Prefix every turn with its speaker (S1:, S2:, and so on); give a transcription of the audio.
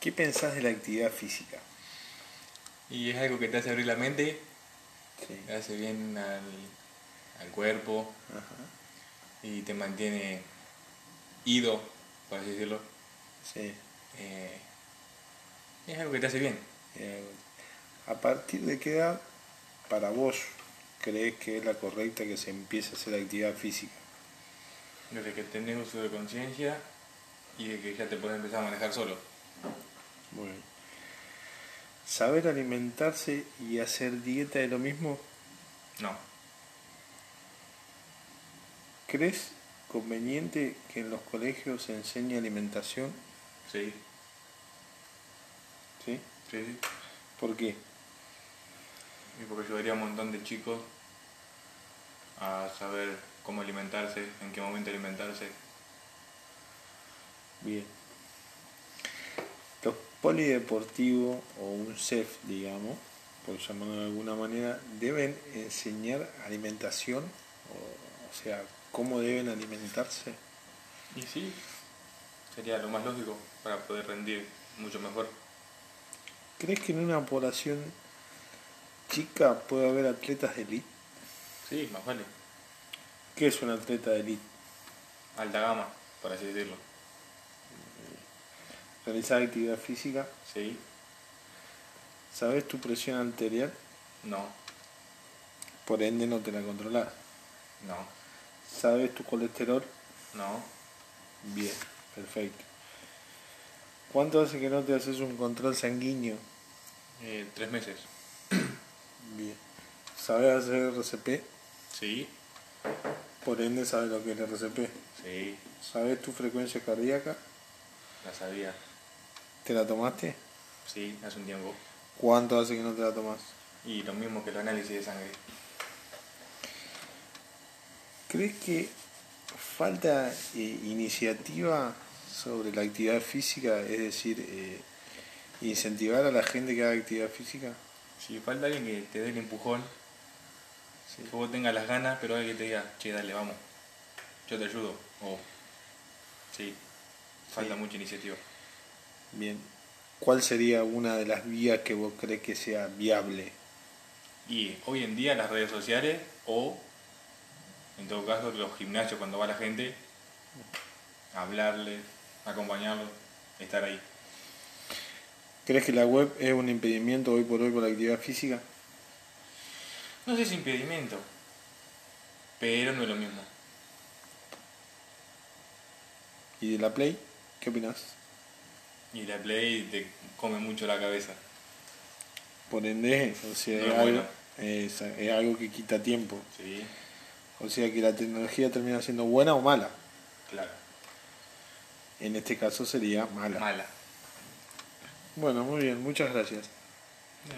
S1: ¿Qué pensás de la actividad física?
S2: Y es algo que te hace abrir la mente,
S1: Sí.
S2: te hace bien al, al cuerpo
S1: Ajá.
S2: y te mantiene ido, por así decirlo.
S1: Sí.
S2: Eh, es algo que te hace bien.
S1: Eh, ¿A partir de qué edad, para vos, crees que es la correcta que se empiece a hacer actividad física?
S2: Desde que tenés uso de conciencia y de que ya te puedes empezar a manejar solo.
S1: Bueno. ¿Saber alimentarse y hacer dieta de lo mismo?
S2: No,
S1: ¿Crees conveniente que en los colegios se enseñe alimentación?
S2: sí,
S1: ¿Sí?
S2: sí, sí.
S1: ¿Por qué?
S2: Y porque ayudaría a un montón de chicos a saber cómo alimentarse, en qué momento alimentarse.
S1: Bien. Los polideportivos o un CEF, digamos, por llamarlo de alguna manera, deben enseñar alimentación, o, o sea, cómo deben alimentarse.
S2: Y sí, sería lo más lógico para poder rendir mucho mejor.
S1: ¿Crees que en una población chica puede haber atletas de elite?
S2: Sí, más vale.
S1: ¿Qué es un atleta de elite?
S2: Alta gama, por así decirlo.
S1: Realizar actividad física,
S2: Sí,
S1: sabes tu presión arterial,
S2: no,
S1: por ende no te la controlas.
S2: no,
S1: Sabes tu colesterol,
S2: no.
S1: Bien, perfecto. ¿Cuánto hace que no te haces un control sanguíneo?
S2: Eh, tres meses.
S1: Bien. ¿Sabes hacer RCP?
S2: Sí,
S1: Por ende, sabes lo que es RCP.
S2: sí,
S1: ¿Sabes tu frecuencia cardíaca?
S2: la sabía.
S1: ¿Te la tomaste?
S2: Sí, hace un tiempo.
S1: ¿Cuánto hace que no te la tomas?
S2: Y lo mismo que el análisis de sangre.
S1: ¿Crees que falta eh, iniciativa sobre la actividad física? Es decir, eh, incentivar a la gente que haga actividad física.
S2: Si falta alguien que te dé el empujón, que vos tengas las ganas, pero alguien que te diga, che, dale, vamos, yo te ayudo. O, sí, falta mucha iniciativa.
S1: Bien. ¿Cuál sería una de las vías que vos crees que sea viable?
S2: Y hoy en día las redes sociales o, en todo caso, los gimnasios cuando va la gente, hablarles, acompañarlos, estar ahí.
S1: ¿Crees que la web es un impedimento hoy por hoy por la actividad física?
S2: No sé si impedimento, pero no es lo mismo.
S1: ¿Y de la Play? ¿Qué opinas?
S2: Y la play te come mucho la cabeza.
S1: Por ende, o sea,
S2: No
S1: es,
S2: es
S1: algo,
S2: bueno.
S1: es- es algo que quita tiempo.
S2: Sí,
S1: O sea que la tecnología termina siendo buena o mala.
S2: claro.
S1: En este caso sería mala.
S2: Mala.
S1: Bueno, muy bien, muchas gracias.